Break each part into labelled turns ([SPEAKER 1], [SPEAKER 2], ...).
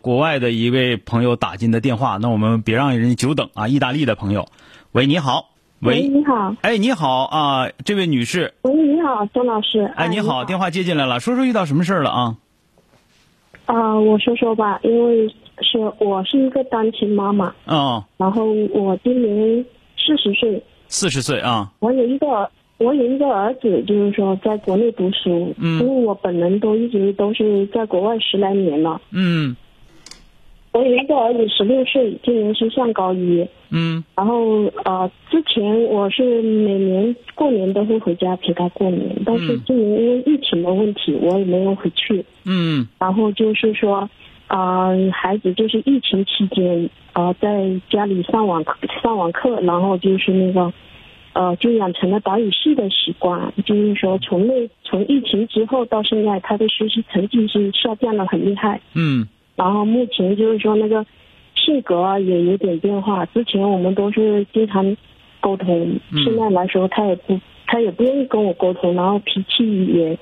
[SPEAKER 1] 国外的一位朋友打进的电话，那我们别让人家久等啊！意大利的朋友，喂，你好，
[SPEAKER 2] 喂，你好，
[SPEAKER 1] 哎，你好啊，这位女士，
[SPEAKER 2] 喂，你好，周老师，
[SPEAKER 1] 哎，你好，电话接进来了，说说遇到什么事儿了啊？
[SPEAKER 2] 啊，我说说吧，因为是我是一个单亲妈妈，
[SPEAKER 1] 嗯，
[SPEAKER 2] 然后我今年四十岁，
[SPEAKER 1] 四十岁啊，
[SPEAKER 2] 我有一个我有一个儿子，就是说在国内读书，
[SPEAKER 1] 嗯
[SPEAKER 2] 因为我本人都一直都是在国外十来年了，
[SPEAKER 1] 嗯
[SPEAKER 2] 我有一个儿子十六岁，今年是上高一，
[SPEAKER 1] 嗯
[SPEAKER 2] 然后呃，之前我是每年过年都会回家陪他过年，但是
[SPEAKER 1] 嗯
[SPEAKER 2] 今年因为疫情的问题，我也没有回去。
[SPEAKER 1] 嗯
[SPEAKER 2] 然后就是说，呃，孩子就是疫情期间，呃，在家里上网课上网课，然后就是那个，呃，就养成了打游戏的习惯。就是说，从那从疫情之后到现在，他的学习成绩是下降的很厉害。
[SPEAKER 1] 嗯
[SPEAKER 2] 然后目前就是说那个性格啊也有点变化，之前我们都是经常沟通，
[SPEAKER 1] 嗯
[SPEAKER 2] 现在来说他也不他也不愿意跟我沟通，然后脾气也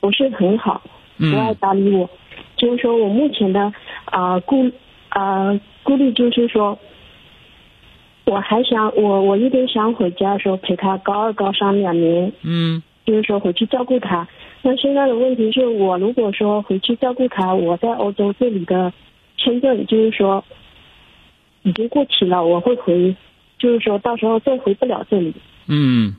[SPEAKER 2] 不是很好，不爱
[SPEAKER 1] 嗯
[SPEAKER 2] 搭理我。就是说我目前的啊、呃顾啊、顾虑就是说，我还想我我有点想回家说陪他高二高三两年，
[SPEAKER 1] 嗯
[SPEAKER 2] 就是说回去照顾他。那现在的问题是我如果说回去照顾他，我在欧洲这里的签证就是说已经过期了，我会回，就是说到时候再回不了这里。
[SPEAKER 1] 嗯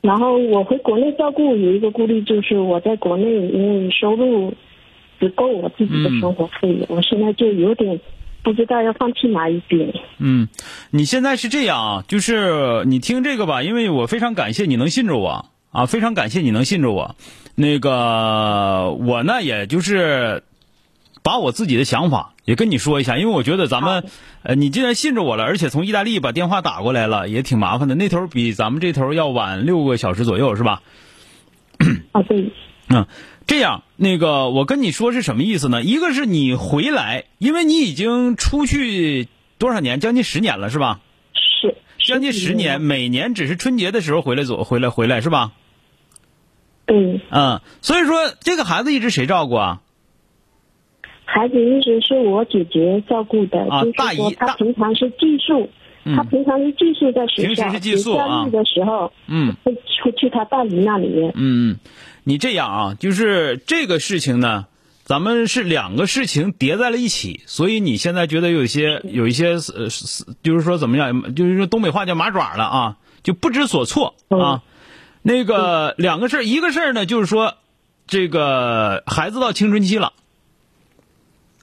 [SPEAKER 2] 然后我回国内照顾有一个顾虑，就是我在国内因为收入只够我自己的生活费，我现在就有点不知道要放弃哪一边。
[SPEAKER 1] 嗯，你现在是这样啊，就是你听这个吧，因为我非常感谢你能信着我啊，非常感谢你能信着我。那个我呢，也就是把我自己的想法也跟你说一下，因为我觉得咱们，呃，你既然信着我了，而且从意大利把电话打过来了，也挺麻烦的，那头比咱们这头要晚六个小时左右，是吧？
[SPEAKER 2] 啊，对，
[SPEAKER 1] 嗯，这样，那个我跟你说是什么意思呢？一个是你回来，因为你已经出去多少年，将近十年了，是吧？
[SPEAKER 2] 是
[SPEAKER 1] 将近嗯十年，，每年只是春节的时候回来左回来回来是吧？
[SPEAKER 2] 对。
[SPEAKER 1] 嗯，所以说这个孩子一直谁照顾啊？
[SPEAKER 2] 孩子一直是我姐姐照顾的，
[SPEAKER 1] 啊
[SPEAKER 2] 就是说
[SPEAKER 1] 大姨大嗯
[SPEAKER 2] 她平常是寄宿，她平常是寄宿在学校，
[SPEAKER 1] 平时是寄宿
[SPEAKER 2] 节
[SPEAKER 1] 啊
[SPEAKER 2] 假日的时候
[SPEAKER 1] 嗯
[SPEAKER 2] 会去去她大姨那里。
[SPEAKER 1] 嗯嗯，你这样啊，就是这个事情呢，咱们是两个事情叠在了一起，所以你现在觉得有一些有一些呃，是就是说怎么样，就是说东北话叫麻爪了啊，就不知所措啊。那个两个事儿，一个事儿呢，就是说这个孩子到青春期了。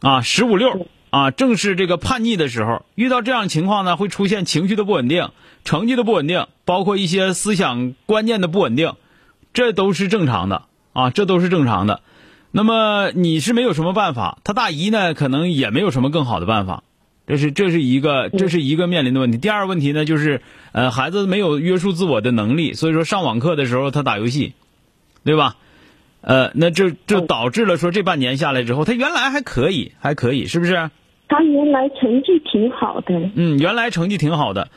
[SPEAKER 1] 啊，十五六啊，正是这个叛逆的时候，遇到这样的情况呢，会出现情绪的不稳定、成绩的不稳定，包括一些思想观念的不稳定，这都是正常的啊，这都是正常的。那么你是没有什么办法，他大姨呢，可能也没有什么更好的办法。这是这是一个这是一个面临的问题。第二个问题呢，就是呃，孩子没有约束自我的能力，所以说上网课的时候他打游戏，对吧？呃，那这就
[SPEAKER 2] 嗯
[SPEAKER 1] 导致了说这半年下来之后，他原来还可以，还可以，是不是？
[SPEAKER 2] 她原来成绩挺好的，
[SPEAKER 1] 嗯，原来成绩挺好的。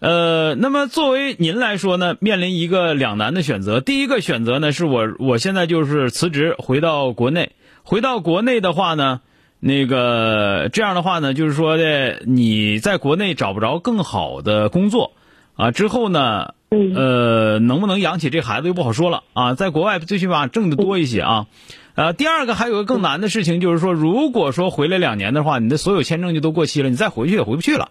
[SPEAKER 1] 呃，那么作为您来说呢，面临一个两难的选择。第一个选择呢，是我我现在就是辞职回到国内。回到国内的话呢，那个这样的话呢，就是说的你在国内找不着更好的工作啊，之后呢，
[SPEAKER 2] 嗯
[SPEAKER 1] 呃，能不能养起这孩子又不好说了啊。在国外最起码挣得多一些啊。呃，第二个还有个更难的事情，就是说，如果说回来两年的话，你的所有签证就都过期了，你再回去也回不去了，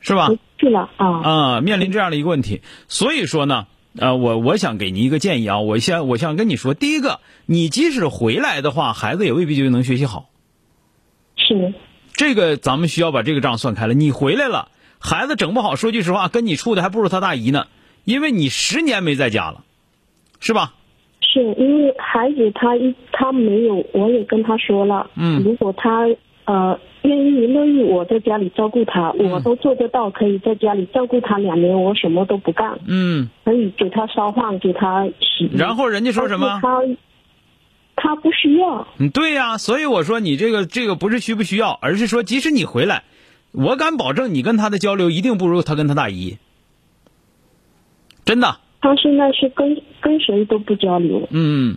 [SPEAKER 1] 是吧？
[SPEAKER 2] 回去了啊。
[SPEAKER 1] 啊、面临这样的一个问题，所以说呢，呃，我我想给您一个建议啊，我先我想跟你说，第一个，你即使回来的话，孩子也未必就能学习好，
[SPEAKER 2] 是，
[SPEAKER 1] 这个咱们需要把这个账算开了。你回来了，孩子整不好，说句实话，跟你处的还不如他大姨呢，因为你十年没在家了，是吧？
[SPEAKER 2] 是因为孩子他一他没有，我也跟他说了，
[SPEAKER 1] 嗯
[SPEAKER 2] 如果他呃愿意乐意我在家里照顾他，
[SPEAKER 1] 嗯
[SPEAKER 2] 我都做得到，可以在家里照顾他两年，我什么都不干，
[SPEAKER 1] 嗯，
[SPEAKER 2] 可以给他烧饭，给他洗衣。
[SPEAKER 1] 然后人家说什么？
[SPEAKER 2] 但是他他不需要，
[SPEAKER 1] 嗯，对呀、所以我说你这个这个不是需不需要，而是说即使你回来，我敢保证你跟他的交流一定不如他跟他大姨，真的。
[SPEAKER 2] 他现在是跟跟谁都不交流。
[SPEAKER 1] 嗯，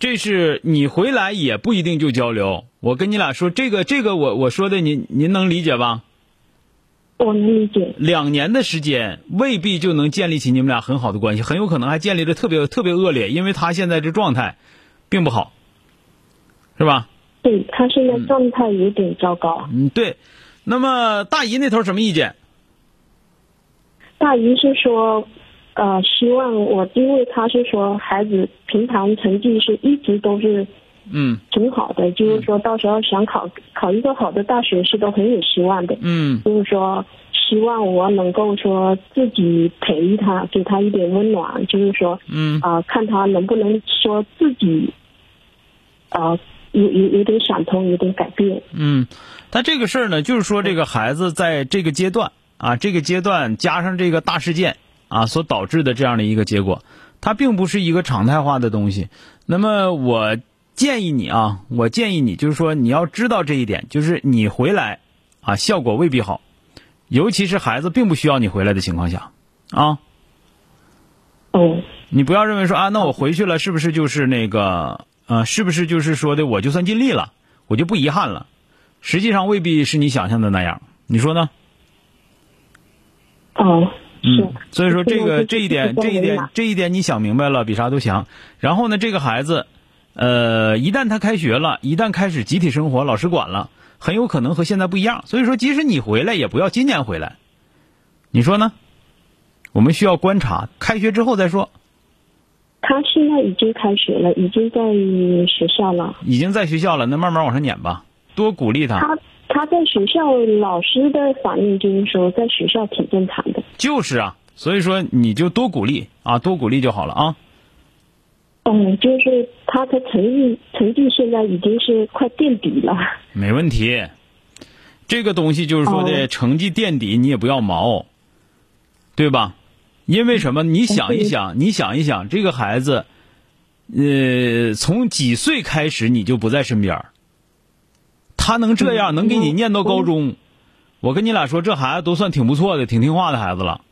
[SPEAKER 1] 这是你回来也不一定就交流。我跟你俩说这个这个我我说的您您能理解吧？
[SPEAKER 2] 我能理解，
[SPEAKER 1] 两年的时间未必就能建立起你们俩很好的关系，很有可能还建立的特别特别恶劣，因为他现在这状态并不好，是吧？
[SPEAKER 2] 对他现在状态有点糟糕。
[SPEAKER 1] 嗯，对。那么大姨那头什么意见？
[SPEAKER 2] 大姨是说，呃，希望我，因为她是说孩子平常成绩是一直都是
[SPEAKER 1] 嗯
[SPEAKER 2] 挺好的，就是说到时候想考考一个好的大学是都很有希望的，
[SPEAKER 1] 嗯
[SPEAKER 2] 就是说希望我能够说自己陪她，给她一点温暖，就是说，
[SPEAKER 1] 嗯
[SPEAKER 2] 啊、看她能不能说自己，啊、有有有点想通，有点改变，
[SPEAKER 1] 嗯。但这个事儿呢，就是说这个孩子在这个阶段啊，这个阶段加上这个大事件啊，所导致的这样的一个结果，它并不是一个常态化的东西。那么我建议你啊，我建议你就是说你要知道这一点，就是你回来啊，效果未必好，尤其是孩子并不需要你回来的情况下啊。
[SPEAKER 2] 嗯，
[SPEAKER 1] 你不要认为说啊，那我回去了是不是就是那个呃，是不是就是说的我就算尽力了，我就不遗憾了？实际上未必是你想象的那样，你说呢？
[SPEAKER 2] 哦、是。
[SPEAKER 1] 嗯，所以说这个这一点这一点这一点你想明白了，比啥都强。然后呢，这个孩子，呃，一旦他开学了，一旦开始集体生活，老师管了，很有可能和现在不一样。所以说，即使你回来，也不要今年回来，你说呢？我们需要观察，开学之后再说。
[SPEAKER 2] 他现在已经开学了，已经在学校了。
[SPEAKER 1] 已经在学校了，那慢慢往上撵吧，多鼓励他。
[SPEAKER 2] 他他在学校，老师的反应就是说，在学校挺正常的。
[SPEAKER 1] 就是啊，所以说你就多鼓励啊，多鼓励就好了啊。
[SPEAKER 2] 嗯，就是他的成绩成绩现在已经是快垫底了。
[SPEAKER 1] 没问题，这个东西就是说的
[SPEAKER 2] 哦
[SPEAKER 1] 成绩垫底，你也不要毛，对吧？因为什么？
[SPEAKER 2] 嗯
[SPEAKER 1] 你想一想，你想一想，这个孩子，呃，从几岁开始你就不在身边儿他能这样，
[SPEAKER 2] 嗯哦
[SPEAKER 1] 能给你念到高中，我跟你俩说，这孩子都算挺不错的，挺听话的孩子了。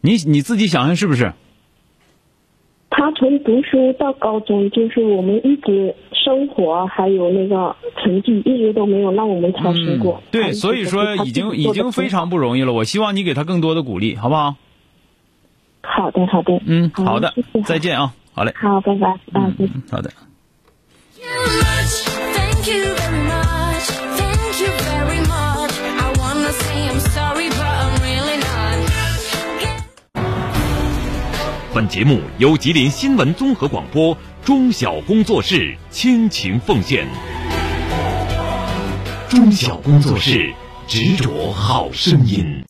[SPEAKER 1] 你你自己想想是不是？
[SPEAKER 2] 他从读书到高中，就是我们一直生活还有那个成绩，一直都没有让我们操心过。他一
[SPEAKER 1] 嗯对，
[SPEAKER 2] 直
[SPEAKER 1] 所以
[SPEAKER 2] 都是
[SPEAKER 1] 说
[SPEAKER 2] 他
[SPEAKER 1] 已
[SPEAKER 2] 自
[SPEAKER 1] 经
[SPEAKER 2] 己
[SPEAKER 1] 已
[SPEAKER 2] 做得
[SPEAKER 1] 经
[SPEAKER 2] 挺
[SPEAKER 1] 非常不容易了。我希望你给他更多的鼓励，好不好？
[SPEAKER 2] 好的，好的，
[SPEAKER 1] 嗯，好的
[SPEAKER 2] 谢谢，
[SPEAKER 1] 再。见啊，好嘞，
[SPEAKER 2] 好，拜拜，啊，再见。
[SPEAKER 1] 嗯，好的。
[SPEAKER 3] Thank you very much. Thank you very much. I wanna say I'm sorry, but I'm really not.
[SPEAKER 4] 本节目由吉林新闻综合广播中小工作室倾情奉献。中小工作室执着好声音。